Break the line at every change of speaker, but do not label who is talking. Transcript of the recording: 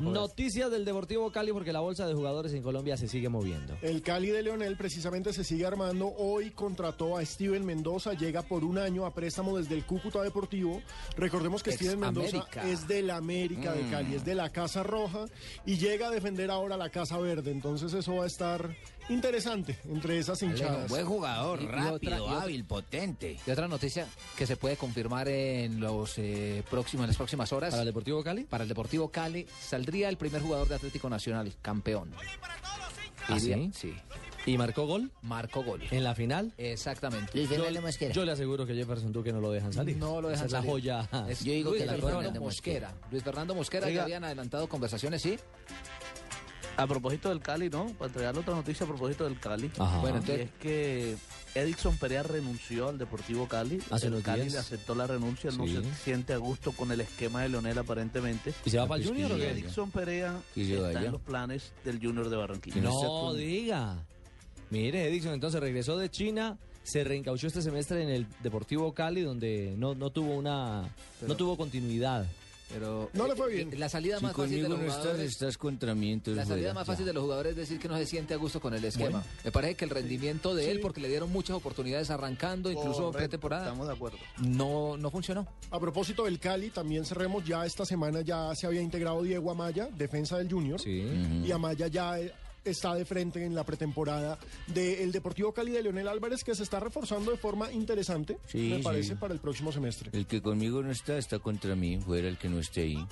Noticias del Deportivo Cali porque la bolsa de jugadores en Colombia se sigue moviendo.
El Cali de Leonel precisamente se sigue armando. Hoy contrató a Steven Mendoza, llega por un año a préstamo desde el Cúcuta Deportivo. Recordemos que
Ex
Steven Mendoza
América. Mm.
es del América de Cali, es de la Casa Roja y llega a defender ahora la Casa Verde. Entonces eso va a estar interesante entre esas
Bueno,
hinchadas.
buen jugador,
Y- y
rápido,
otra- y otra-
hábil, potente.
Y otra noticia que se puede confirmar en los eh, próximos, en las próximas horas.
Para el Deportivo Cali.
Para el Deportivo Cali saldría el primer jugador de Atlético Nacional, campeón.
¿Ah,
Iría-
sí?
Sí.
Y marcó gol
Marco gol.
en la final.
Exactamente.
Luis
Yo,
Fernando Mosquera.
yo le aseguro que Jefferson Duque no lo dejan salir.
No lo dejan
Esa
salir.
es la joya.
Es
Yo digo
Luis
que la
Fernando
Fernando
Mosquera.
Mosquera.
Luis Fernando Mosquera
Oiga.
ya habían adelantado conversaciones, ¿sí?
A propósito del Cali, ¿no? Para entregarle otra noticia a propósito del Cali.
Ajá.
Bueno,
Y
entonces,
es que Edison Perea renunció al Deportivo Cali.
Hace
el
unos
Cali
días.
le aceptó la renuncia, no
Sí.
se siente a gusto con el esquema de Leonel aparentemente.
¿Y se va para el
Pues,
Junior o
¿quién
qué?
llega?
Edison Perea
Y yo
está
allá.
en los planes del Junior de Barranquilla.
No diga. Mire, Edison entonces regresó de China, se reencauchó este semestre en el Deportivo Cali, donde no, no tuvo una no
Pero-
tuvo continuidad.
Pero
No le fue
eh,
bien.
La salida más fácil de los jugadores.
contra mí,
La salida más fácil de los jugadores es decir que no se siente a gusto con el esquema. Me parece que el rendimiento de él, porque le dieron muchas oportunidades arrancando, incluso pretemporada,
Estamos de acuerdo.
no, no funcionó.
A propósito del Cali, también cerremos ya esta semana, ya se había integrado Diego Amaya, defensa del Junior.
Sí.
y Amaya ya eh, está de frente en la pretemporada del Deportivo Cali de Leonel Álvarez, que se está reforzando de forma interesante,
Sí,
me
sí.
parece, para el próximo semestre.
El que conmigo no está, está contra mí, fuera el que no esté ahí.